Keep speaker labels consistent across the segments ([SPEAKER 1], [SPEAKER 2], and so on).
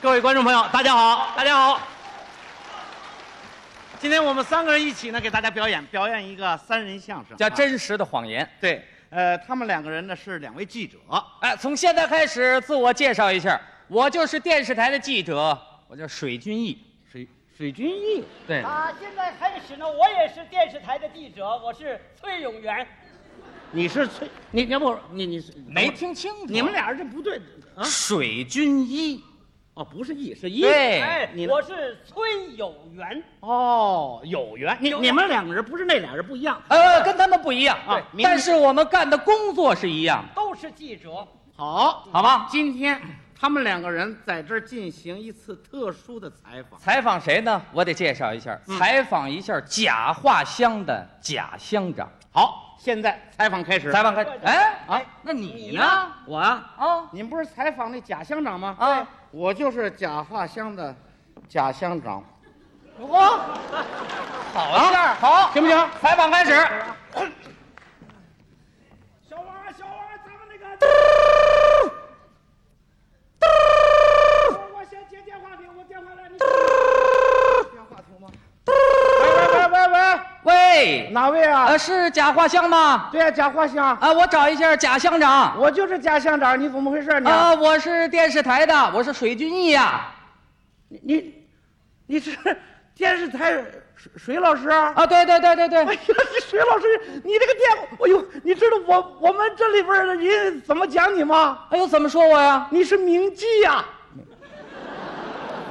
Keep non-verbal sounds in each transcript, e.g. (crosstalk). [SPEAKER 1] 各位观众朋友，大家好，大家好。今天我们三个人一起呢，给大家表演表演一个三人相声。
[SPEAKER 2] 叫真实的谎言。
[SPEAKER 1] 对，呃，他们两个人呢是两位记者，
[SPEAKER 2] 哎，从现在开始自我介绍一下，我就是电视台的记者，我叫水军义。
[SPEAKER 1] 水水军义，
[SPEAKER 2] 对，
[SPEAKER 3] 啊，现在开始呢，我也是电视台的记者，我是崔永元。
[SPEAKER 1] 你是崔，你要不你你
[SPEAKER 2] 没听清楚。
[SPEAKER 1] 你们俩人这不对啊？
[SPEAKER 2] 水军义，
[SPEAKER 1] 哦，不是义是义，
[SPEAKER 2] 对
[SPEAKER 3] 哎，
[SPEAKER 1] 你呢
[SPEAKER 3] 我是崔永元。
[SPEAKER 1] 哦，有缘。你
[SPEAKER 3] 有缘
[SPEAKER 1] 你们两个人不是那俩人不一样。
[SPEAKER 2] 呃，跟他们不一样
[SPEAKER 1] 啊明
[SPEAKER 2] 但是我们干的工作是一样的，
[SPEAKER 3] 都是记者，
[SPEAKER 1] 好，
[SPEAKER 2] 好吧？
[SPEAKER 1] 今天他们两个人在这儿进行一次特殊的采访。
[SPEAKER 2] 采访谁呢？我得介绍一下，
[SPEAKER 1] 嗯
[SPEAKER 2] 采访一下贾化乡的贾乡长。
[SPEAKER 1] 好，现在采访开始。
[SPEAKER 2] 采访开，哎
[SPEAKER 1] 哎
[SPEAKER 2] 啊，那你
[SPEAKER 3] 你
[SPEAKER 2] 呢？
[SPEAKER 3] 呢
[SPEAKER 1] 我啊，
[SPEAKER 2] 啊，
[SPEAKER 1] 您不是采访那贾乡长吗？
[SPEAKER 2] 啊
[SPEAKER 1] 对，我就是贾化乡的贾乡长，
[SPEAKER 2] 我好样儿，啊好，
[SPEAKER 1] 行不行？
[SPEAKER 2] 采访开始。
[SPEAKER 3] 小王，小王，咱们那个，我我先接电话亭，我电话来，你
[SPEAKER 1] 喂喂喂喂
[SPEAKER 2] 喂
[SPEAKER 1] 喂，，哪位啊
[SPEAKER 2] 呃，？是贾化乡吗？
[SPEAKER 1] 对啊，贾化乡，
[SPEAKER 2] 啊，我找一下贾乡长。
[SPEAKER 1] 我就是贾乡长，你怎么回事？你
[SPEAKER 2] 啊，我是电视台的，我是水军义呀、
[SPEAKER 1] 你你你是电视台水水老师啊？
[SPEAKER 2] 啊，对对对对
[SPEAKER 1] 哎
[SPEAKER 2] 对
[SPEAKER 1] 呀，，这水老师，你这个电话，哎呦，你知道我我们这里边儿的人怎么讲你吗？
[SPEAKER 2] 哎呦，怎么说我呀？
[SPEAKER 1] 你是名啊记呀、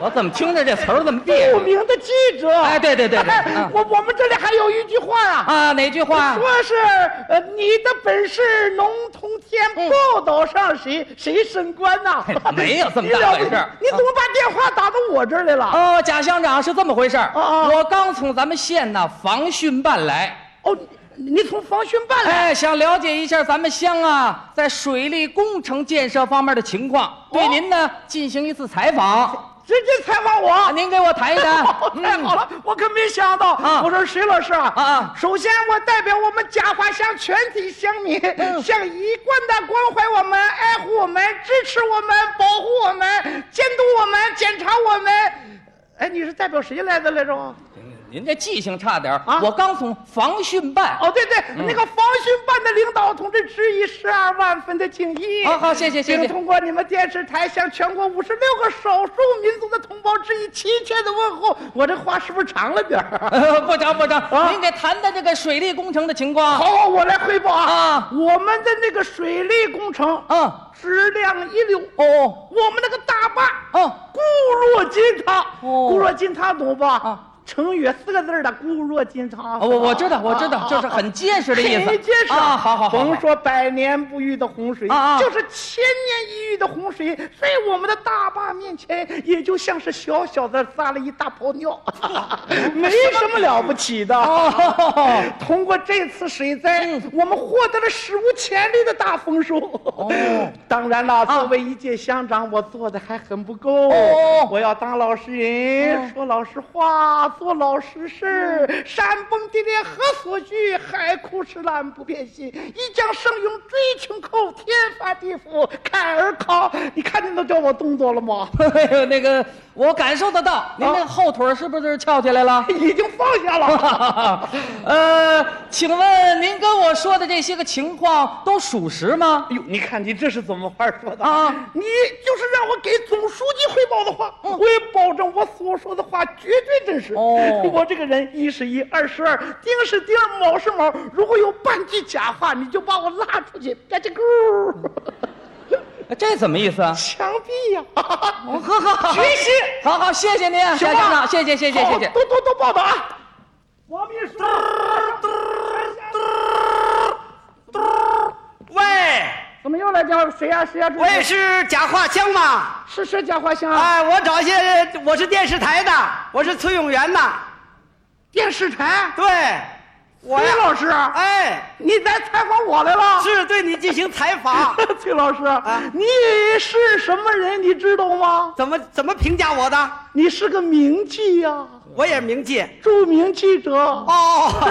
[SPEAKER 2] 我怎么听着这词儿这么别
[SPEAKER 1] 著
[SPEAKER 2] 扭？
[SPEAKER 1] 名的记者。
[SPEAKER 2] 哎对对对对
[SPEAKER 1] (laughs) 哎
[SPEAKER 2] 嗯
[SPEAKER 1] 我我们这里还有一句话啊，
[SPEAKER 2] 啊，哪句话？
[SPEAKER 1] 说是呃，你的本事能通天，报道上谁谁升官呐
[SPEAKER 2] 哎嘿？没有这么大本事儿
[SPEAKER 1] 你了不起你怎么把电话打到我这儿来了？
[SPEAKER 2] 哦，贾乡长是这么回事儿。
[SPEAKER 1] 哦哦
[SPEAKER 2] 我刚从咱们县呐防汛办来，
[SPEAKER 1] 哦，你你从防汛办来？
[SPEAKER 2] 哎，想了解一下咱们乡啊在水利工程建设方面的情况，
[SPEAKER 1] 哦
[SPEAKER 2] 对您呢进行一次采访。
[SPEAKER 1] 直接采访我？。
[SPEAKER 2] 啊，您给我谈一谈
[SPEAKER 1] (laughs) 哦
[SPEAKER 2] 嗯
[SPEAKER 1] 太哎好了，我可没想到。
[SPEAKER 2] 啊
[SPEAKER 1] 我说石老师啊，
[SPEAKER 2] 啊啊
[SPEAKER 1] 首先我代表我们贾化乡全体乡民，
[SPEAKER 2] 嗯
[SPEAKER 1] 向一贯的关怀我们、爱护我们、支持我们、保护我们、监督我们、检查我们。哎，你是代表谁来的来着？哦，
[SPEAKER 2] 嗯您这记性差点儿
[SPEAKER 1] 啊哦
[SPEAKER 2] 我刚从防汛办。 (laughs)
[SPEAKER 1] 对对，
[SPEAKER 2] 嗯
[SPEAKER 1] 那个防汛办的领导同志致以十二万分的敬意。
[SPEAKER 2] 好好谢谢谢谢
[SPEAKER 1] 并通过你们电视台向全国五十六个少数民族的同胞致以亲切的问候。我这话是不是长了点儿？
[SPEAKER 2] 呃，部长，部长，
[SPEAKER 1] 啊
[SPEAKER 2] 您给谈谈这个水利工程的情况。
[SPEAKER 1] 好，好，我来汇报啊
[SPEAKER 2] 啊！
[SPEAKER 1] 我们的那个水利工程，
[SPEAKER 2] 啊，
[SPEAKER 1] 质量一流。
[SPEAKER 2] 哦，
[SPEAKER 1] 我们那个大坝，啊
[SPEAKER 2] 哦，
[SPEAKER 1] 固若金汤。
[SPEAKER 2] 哦
[SPEAKER 1] 固若金汤懂不？
[SPEAKER 2] 啊
[SPEAKER 1] 成语四个字儿的固若金汤。
[SPEAKER 2] 哦我我知道，我知
[SPEAKER 1] 啊
[SPEAKER 2] 道，就是很结实的意思。
[SPEAKER 1] 很结实
[SPEAKER 2] 啊，好好好。
[SPEAKER 1] 甭
[SPEAKER 2] 好，
[SPEAKER 1] 说百年不遇的洪水，
[SPEAKER 2] 啊啊
[SPEAKER 1] 就是千年一遇的洪水，在我们的大坝面前，也就像是小小的撒了一大泡尿，
[SPEAKER 2] (laughs)
[SPEAKER 1] 没什么了不起的。
[SPEAKER 2] 哦
[SPEAKER 1] 通过这次水灾，
[SPEAKER 2] 嗯
[SPEAKER 1] 我们获得了史无前例的大丰收。
[SPEAKER 2] 哦，
[SPEAKER 1] (laughs) 当然了，作为一届乡长，我做的还很不够。
[SPEAKER 2] 哦嗯
[SPEAKER 1] 我要当老实人，说老实话，做老实事儿。山崩地裂何所惧？海枯石烂不变心。一将生勇追穷寇，天翻地覆看尔康。你看见都叫我动作
[SPEAKER 2] (laughs)
[SPEAKER 1] 了吗？
[SPEAKER 2] 哎呦那个，我感受得到，您那个后腿是不是翘起来了？ (laughs) 啊
[SPEAKER 1] 已经放下了。
[SPEAKER 2] 呃，请问您跟我说的这些个情况都属实吗？
[SPEAKER 1] 哎呦，你看你这是怎么话说的
[SPEAKER 2] 啊？
[SPEAKER 1] 你就是让我给总书记汇报的话，
[SPEAKER 2] 嗯
[SPEAKER 1] 我也保证我所说的话绝对真实。
[SPEAKER 2] 哦
[SPEAKER 1] (laughs) 我这个人一是一，二是二，丁是丁，卯是卯，如果有半句假话，你就把我拉出去，别叽咕，
[SPEAKER 2] 这怎么意思啊？
[SPEAKER 1] 枪毙呀！
[SPEAKER 2] 哦呵呵呵，
[SPEAKER 1] (laughs) 学习
[SPEAKER 2] 好好，谢谢您，啊
[SPEAKER 1] 行
[SPEAKER 2] 贾
[SPEAKER 1] 吧
[SPEAKER 2] 乡长，谢谢谢谢
[SPEAKER 1] 好
[SPEAKER 2] 谢谢。
[SPEAKER 1] 多多多报道啊！
[SPEAKER 3] 王秘书，
[SPEAKER 4] 喂，
[SPEAKER 1] 怎么又来电话？谁呀、谁呀、
[SPEAKER 4] 我也是贾化乡嘛。
[SPEAKER 1] 是是贾化香、
[SPEAKER 4] 哎，我找一些，我是电视台的，我是崔永元呐。
[SPEAKER 1] 电视台
[SPEAKER 4] 对，我
[SPEAKER 1] 崔
[SPEAKER 4] 呀，
[SPEAKER 1] 老师，
[SPEAKER 4] 哎，
[SPEAKER 1] 你来采访我来了？
[SPEAKER 4] 是对你进行采
[SPEAKER 3] (laughs)
[SPEAKER 4] 访，
[SPEAKER 1] (laughs) 崔老师，
[SPEAKER 4] 啊
[SPEAKER 1] 你是什么人？你知道吗？
[SPEAKER 4] 怎么怎么评价我的？
[SPEAKER 1] 你是个名记呀、
[SPEAKER 4] 我也铭记。
[SPEAKER 1] 著名记者。知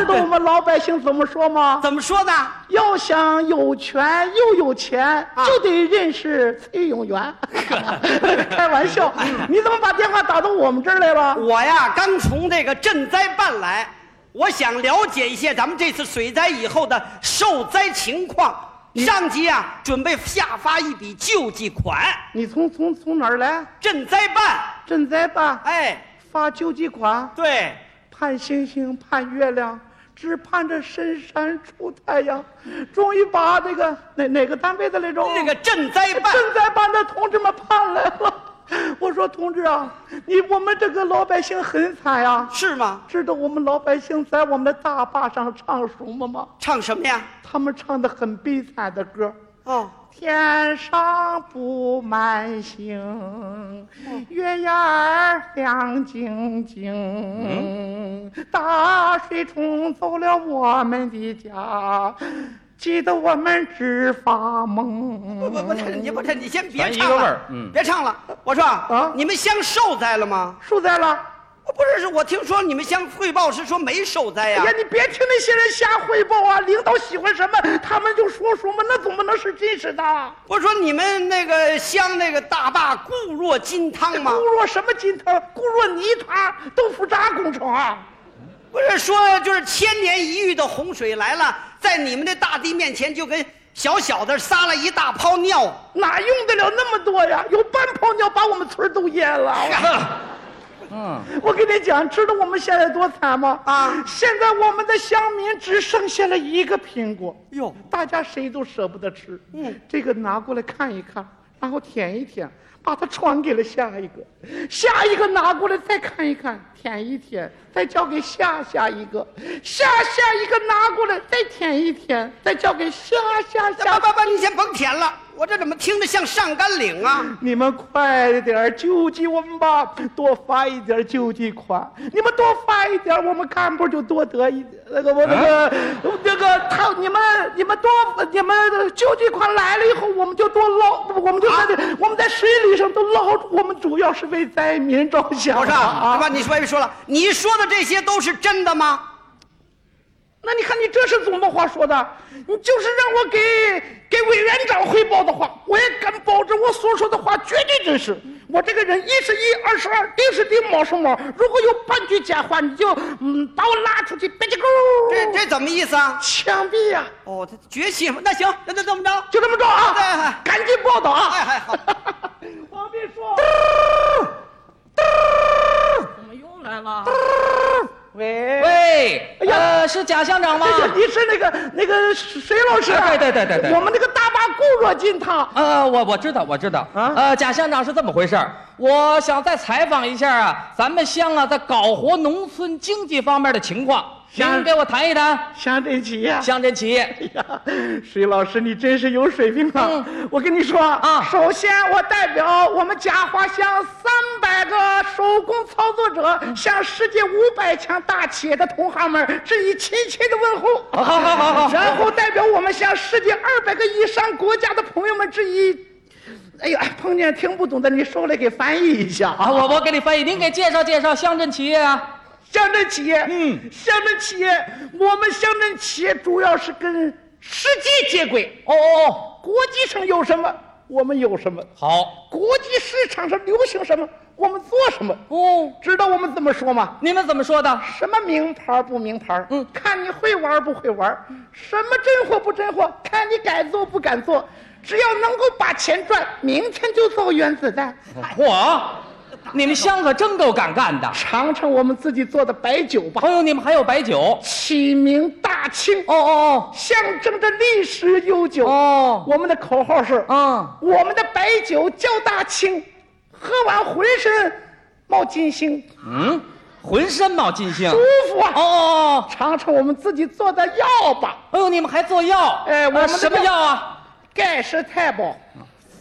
[SPEAKER 1] 道我
[SPEAKER 4] 哦，
[SPEAKER 1] 们老百姓怎么说吗？
[SPEAKER 4] 怎么说呢？
[SPEAKER 1] 要想有权又有钱，
[SPEAKER 4] 啊
[SPEAKER 1] 就得认识崔永
[SPEAKER 4] (laughs)
[SPEAKER 1] 元。开玩笑，你怎么把电话打到我们这儿来了？
[SPEAKER 4] 嗯我呀，刚从这个赈灾办来，我想了解一些咱们这次水灾以后的受灾情况。上级啊，准备下发一笔救济款，
[SPEAKER 1] 你从从从哪儿来？
[SPEAKER 4] 赈灾办。
[SPEAKER 1] 赈灾办
[SPEAKER 4] 哎，
[SPEAKER 1] 发救济款，
[SPEAKER 4] 对，
[SPEAKER 1] 盼星星盼月亮，只盼着深山出太阳。终于把这个哪哪个单位的来着？
[SPEAKER 4] 那个赈灾办，
[SPEAKER 1] 赈灾办的同志们盼来了。我说同志啊，你我们这个老百姓很惨呀、
[SPEAKER 4] 是吗？
[SPEAKER 1] 知道我们老百姓在我们的大坝上唱什么吗？
[SPEAKER 4] 唱什么呀？
[SPEAKER 1] 他们唱的很悲惨的歌。
[SPEAKER 4] 哦，
[SPEAKER 1] 天上布满星，月牙儿亮晶
[SPEAKER 4] 嗯
[SPEAKER 1] 晶。大水冲走了我们的家，急得我们直发
[SPEAKER 4] 不 (laughs)
[SPEAKER 1] 懵。
[SPEAKER 4] 不不，你不是你先别
[SPEAKER 2] 全一
[SPEAKER 4] 唱
[SPEAKER 2] 个
[SPEAKER 4] 了，
[SPEAKER 2] 味儿嗯
[SPEAKER 4] 别唱了。我说啊
[SPEAKER 1] 啊，
[SPEAKER 4] 你们乡受灾了吗？
[SPEAKER 1] 受灾了！
[SPEAKER 4] 不是，是我听说你们乡汇报是说没受灾呀
[SPEAKER 1] 哎呀，。你别听那些人瞎汇报啊！领导喜欢什么，他们就说什么，那怎么能是真实的？
[SPEAKER 4] 我说你们那个乡那个大坝固若金汤吗
[SPEAKER 1] 固？若什么金汤，固若泥汤，豆腐渣工程啊！
[SPEAKER 4] 不是说就是千年一遇的洪水来了，在你们这大地面前就跟小小的撒了一大泡尿。
[SPEAKER 1] 哪用得了那么多呀？有半泡尿把我们村儿都淹了。
[SPEAKER 2] 嗯，
[SPEAKER 1] 我跟你讲，知道我们现在多惨吗？
[SPEAKER 4] 啊
[SPEAKER 1] 现在我们的乡民只剩下了一个苹果，
[SPEAKER 4] 哟，
[SPEAKER 1] 大家谁都舍不得吃。
[SPEAKER 4] 嗯，
[SPEAKER 1] 这个拿过来看一看，然后舔一舔，把它传给了下一个，下一个拿过来再看一看，舔一舔，再交给下下一个，下下一个拿过来再舔一舔，再交给下下下
[SPEAKER 4] 爸爸爸，你先甭舔了，我这怎么听着像上甘岭啊？
[SPEAKER 1] (coughs) 你们快点儿救济我们吧，多发一点儿救济款。你们多发一点儿，我们干部就多得一那个我那个那个他你们你们多你们救济款来了以后，我们就多捞，我们就在这、我们在水里上都捞住。我们主要是为灾民着想
[SPEAKER 4] 老尚，
[SPEAKER 1] 啊。
[SPEAKER 4] 爸爸，你说别说了，你说的这些都是真的吗？
[SPEAKER 1] 那你看你这是怎么话说的？你就是让我给给委员长汇报的话，我也敢保证我所说的话绝对真实。我这个人一是一，二是二，丁是丁，卯是卯。如果有半句假话，你就嗯把我拉出去，别叽
[SPEAKER 4] 这
[SPEAKER 1] 咕，
[SPEAKER 4] 这怎么意思啊？
[SPEAKER 1] 枪毙呀、
[SPEAKER 4] 哦，他绝气那行，那就这么着。
[SPEAKER 1] 就这么着
[SPEAKER 4] 哎
[SPEAKER 1] 啊
[SPEAKER 4] 哎！
[SPEAKER 1] 赶紧报道
[SPEAKER 4] 哎，
[SPEAKER 1] 啊！
[SPEAKER 4] 还
[SPEAKER 1] (laughs)
[SPEAKER 4] 好。
[SPEAKER 3] 王秘书，怎么又来
[SPEAKER 1] (laughs)
[SPEAKER 3] 了？
[SPEAKER 1] 喂，
[SPEAKER 2] 喂，
[SPEAKER 1] 哎呀
[SPEAKER 2] 呃，是贾乡
[SPEAKER 1] (laughs)
[SPEAKER 2] 长吗？
[SPEAKER 1] 你是那个那个谁老师啊？
[SPEAKER 2] 啊哎对对对对对
[SPEAKER 1] 我们那个大坝固若金汤。
[SPEAKER 2] 呃，我我知道，我知道。
[SPEAKER 1] 啊
[SPEAKER 2] 呃，贾乡长是这么回事儿，我想再采访一下啊，咱们乡啊在搞活农村经济方面的情况，
[SPEAKER 1] 乡
[SPEAKER 2] 您给我谈一谈
[SPEAKER 1] 乡镇企业。
[SPEAKER 2] 乡镇企业。
[SPEAKER 1] 哎呀，水老师，你真是有水平啊！我跟你说
[SPEAKER 2] 嗯啊
[SPEAKER 1] 首先我代表我们贾花乡三百个手工操作
[SPEAKER 2] 嗯
[SPEAKER 1] 者，向世界五百强大企业的同行们致以亲切的问候。
[SPEAKER 2] 好好好好好，
[SPEAKER 1] 然后代表我们向世界二百个以上国家的朋友们致以，哎呀，碰见听不懂的，你收来给翻译一下啊
[SPEAKER 2] 啊，我我给你翻译，您给介绍介绍乡镇企业啊。
[SPEAKER 1] 乡镇企业，
[SPEAKER 2] 嗯
[SPEAKER 1] 乡镇企业，我们乡镇企业主要是跟世界接轨。
[SPEAKER 2] 哦哦哦，
[SPEAKER 1] 国际上有什么，我们有什么；
[SPEAKER 2] 好
[SPEAKER 1] 国际市场上流行什么，我们做什么。
[SPEAKER 2] 哦，
[SPEAKER 1] 知道我们怎么说吗？
[SPEAKER 2] 你们怎么说的？
[SPEAKER 1] 什么名牌不名牌？
[SPEAKER 2] 嗯
[SPEAKER 1] 看你会玩不会玩。什么真货不真货？看你敢做不敢做。只要能够把钱赚，明天就造原子弹。
[SPEAKER 2] 嚯，啊你们乡可真够敢干的。
[SPEAKER 1] 尝尝我们自己做的白酒吧，
[SPEAKER 2] 朋友，你们还有白酒？
[SPEAKER 1] 起名大清，
[SPEAKER 2] 哦哦
[SPEAKER 1] 象征着历史悠久。
[SPEAKER 2] 哦哦，
[SPEAKER 1] 我们的口号是：
[SPEAKER 2] 嗯，
[SPEAKER 1] 我们的白酒叫大清，喝完浑身冒金星，
[SPEAKER 2] 嗯，浑身冒金星。
[SPEAKER 1] 舒
[SPEAKER 2] 哦
[SPEAKER 1] 服啊！
[SPEAKER 2] 哦哦，
[SPEAKER 1] 尝尝我们自己做的药吧，
[SPEAKER 2] 哎呦，你们还做药？
[SPEAKER 1] 哎我们
[SPEAKER 2] 呃什么
[SPEAKER 1] 这个
[SPEAKER 2] 药啊？
[SPEAKER 1] 盖世太保。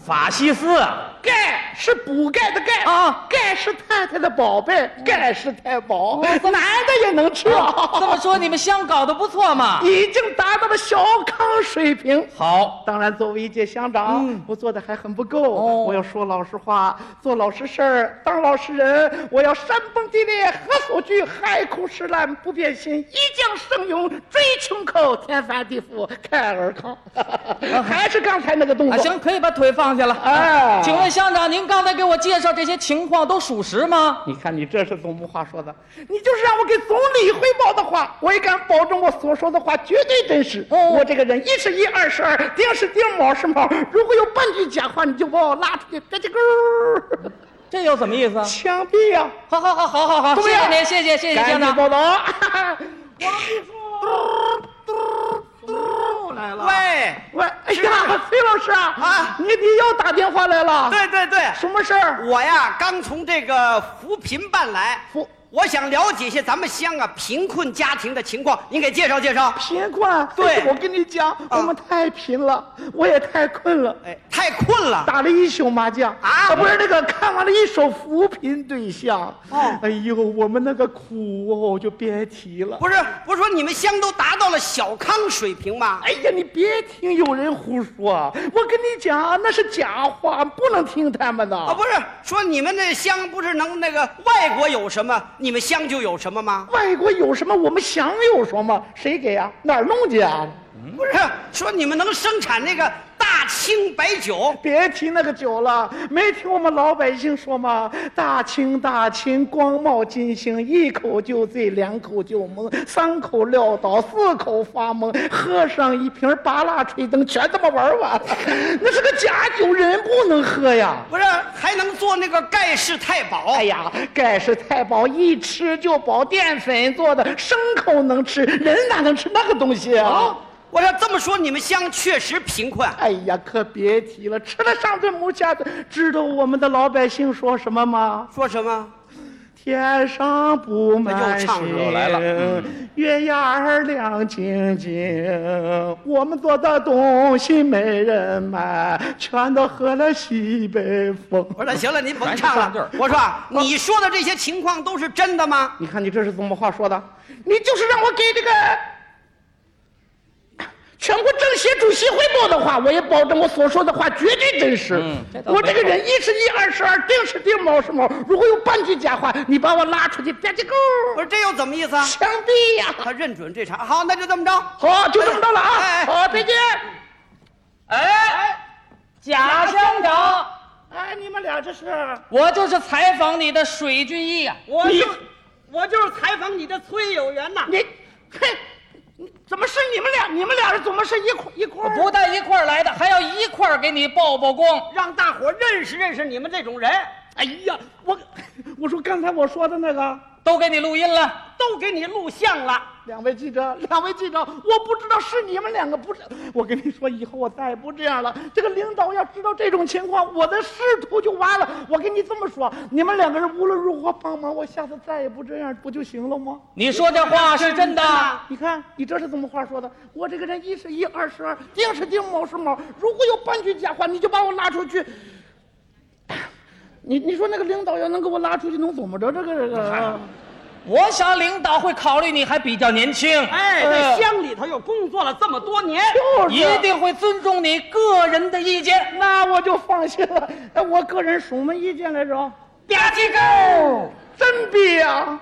[SPEAKER 2] 法西斯啊，
[SPEAKER 1] 盖是补钙的钙
[SPEAKER 2] 啊嗯哦
[SPEAKER 1] 钙是太太的宝贝，钙是太保，男的也能吃
[SPEAKER 2] 这么
[SPEAKER 1] 啊，
[SPEAKER 2] 说你们乡搞得不错嘛？
[SPEAKER 1] 已经达到了小康水平。
[SPEAKER 2] (laughs) 好，
[SPEAKER 1] 当然，作为一届乡长，我做的还很不够。
[SPEAKER 2] 嗯哦
[SPEAKER 1] 我要说老实话，做老实事儿，当老实人。我要山崩地裂，何所惧？海枯石烂不变心，一将生勇，追穷寇，天翻地覆，开
[SPEAKER 2] (laughs)
[SPEAKER 1] 尔康。还是刚才那个动
[SPEAKER 2] 啊，
[SPEAKER 1] 作。
[SPEAKER 2] 行，可以把腿放下了。
[SPEAKER 1] 哎
[SPEAKER 2] 请问乡长，您刚才给我介绍这些情况都属实吗？
[SPEAKER 1] (laughs) 你看，你这是总部话说的，你就是让我给总理汇报的话，我也敢保证我所说的话绝对真实。
[SPEAKER 2] 哦
[SPEAKER 1] 我这个人一是一，二是二，丁是丁，卯是卯，如果有半句假话，你就把我拉出去，别
[SPEAKER 2] (laughs)
[SPEAKER 1] 叽勾，
[SPEAKER 2] 这又怎么意思啊？
[SPEAKER 1] 枪毙呀、
[SPEAKER 2] 好好好好好好，
[SPEAKER 1] 怎么
[SPEAKER 2] 谢
[SPEAKER 1] 样
[SPEAKER 2] 谢您，谢谢谢谢
[SPEAKER 1] 赶
[SPEAKER 2] 乡
[SPEAKER 1] 紧
[SPEAKER 2] 长。
[SPEAKER 1] 报道！王秘书，嘟嘟来了。
[SPEAKER 4] 喂，
[SPEAKER 1] 喂，哎呀，崔老师啊，
[SPEAKER 4] 啊
[SPEAKER 1] 你你又打电话来了？，
[SPEAKER 4] 对对对，
[SPEAKER 1] 什么事儿？
[SPEAKER 4] 我呀刚从这个扶贫办来，
[SPEAKER 1] 扶
[SPEAKER 4] 我想了解一下咱们乡啊贫困家庭的情况，您给介绍介绍。
[SPEAKER 1] 贫困，
[SPEAKER 4] 对
[SPEAKER 1] 哎我跟你讲，
[SPEAKER 2] 啊
[SPEAKER 1] 我们太贫了，我也太困了，
[SPEAKER 4] 哎，太困了，
[SPEAKER 1] (laughs) 打了一宿麻将
[SPEAKER 4] 啊
[SPEAKER 1] 不是那个看完了一首《扶贫对象》哦，哎呦，我们那个苦哦，就别提了。
[SPEAKER 4] 不是不是说你们乡都达到了小康水平吗？
[SPEAKER 1] 哎呀，你别听有人胡说，我跟你讲，那是假话，不能听他们的。
[SPEAKER 4] 啊，不是说你们那乡不是能那个外国有什么，你们乡就有什么吗？
[SPEAKER 1] 外国有什么，我们想有什么，谁给啊？哪儿弄去啊？
[SPEAKER 4] 不是说你们能生产那个大清白酒，
[SPEAKER 1] 别提那个酒了，没听我们老百姓说吗？大清大清，光冒金星，一口就醉，两口就懵，三口撂倒，四口发懵，喝上一瓶八蜡吹灯，全他妈玩完了。 (laughs) 那是个假酒，人不能喝呀。
[SPEAKER 4] 不是还能做那个盖世太保？
[SPEAKER 1] 哎呀，盖世太保一吃就饱，淀粉做的，牲口能吃，人哪能吃那个东西啊
[SPEAKER 4] 啊，我要这么说，你们乡确实贫困。
[SPEAKER 1] 哎呀，可别提了，吃了上顿没下顿。知道我们的老百姓说什么吗？
[SPEAKER 4] 说什么？
[SPEAKER 1] 天上布满
[SPEAKER 4] 又唱
[SPEAKER 1] 星
[SPEAKER 4] 出来了
[SPEAKER 1] 月牙儿亮晶晶。我们做的东西没人买，全都喝了西北风。
[SPEAKER 4] 我说行了，您甭
[SPEAKER 2] 咱
[SPEAKER 4] 唱
[SPEAKER 2] 上句儿
[SPEAKER 4] 了。我说啊你说的这些情况都是真的吗？
[SPEAKER 1] 你看你这是怎么话说的？你就是让我给这个全国政协主席汇报的话，我也保证我所说的话绝对真实。
[SPEAKER 2] 嗯这倒
[SPEAKER 1] 我这个人一是一，二是二，丁是丁，卯是卯。如果有半句假话，你把我拉出去，吧唧狗，
[SPEAKER 4] 我说这又怎么意思啊？
[SPEAKER 1] 枪毙呀！
[SPEAKER 4] 他认准这茬，好，那就这么着。
[SPEAKER 1] 好，就这么着了啊！
[SPEAKER 4] 哎哎
[SPEAKER 1] 好，再见。
[SPEAKER 2] 哎，贾乡长，
[SPEAKER 1] 哎，你们俩这是
[SPEAKER 2] 我就是采访你的水啊俊义呀、
[SPEAKER 3] 我
[SPEAKER 1] 你
[SPEAKER 3] 就我就是采访你的崔有元呐。
[SPEAKER 1] 你，嘿，你怎么是你们俩？你们俩是怎么是一块一块
[SPEAKER 2] 我
[SPEAKER 1] 儿？
[SPEAKER 2] 不但一块儿来的，还要一块儿给你曝曝光。
[SPEAKER 3] 让大伙儿认识认识你们这种人，
[SPEAKER 1] 哎呀，我我说刚才我说的那个，
[SPEAKER 2] 都给你录音了，
[SPEAKER 3] 都给你录像了。
[SPEAKER 1] 两位记者，两位记者，我不知道是你们两个，不是。我跟你说，以后我再也不这样了。这个领导要知道这种情况，我的仕途就完了。我跟你这么说，你们两个人无论如何帮忙，我下次再也不这样，不就行了吗？
[SPEAKER 2] 你说这话是真的？
[SPEAKER 1] 你看，你这是怎么话说的？我这个人一是一，二是二，丁是丁，卯是卯。如果有半句假话，你就把我拉出去。你你说那个领导要能给我拉出去，能怎么着？这个这个，
[SPEAKER 2] 我想领导会考虑你还比较年轻，
[SPEAKER 3] 哎，
[SPEAKER 1] 呃
[SPEAKER 3] 在乡里头又工作了这么多年，
[SPEAKER 1] 就是
[SPEAKER 2] 一定会尊重你个人的意见。
[SPEAKER 1] 那我就放心了。哎，我个人什么意见来着？
[SPEAKER 2] 吧唧狗。
[SPEAKER 1] 真逼呀、啊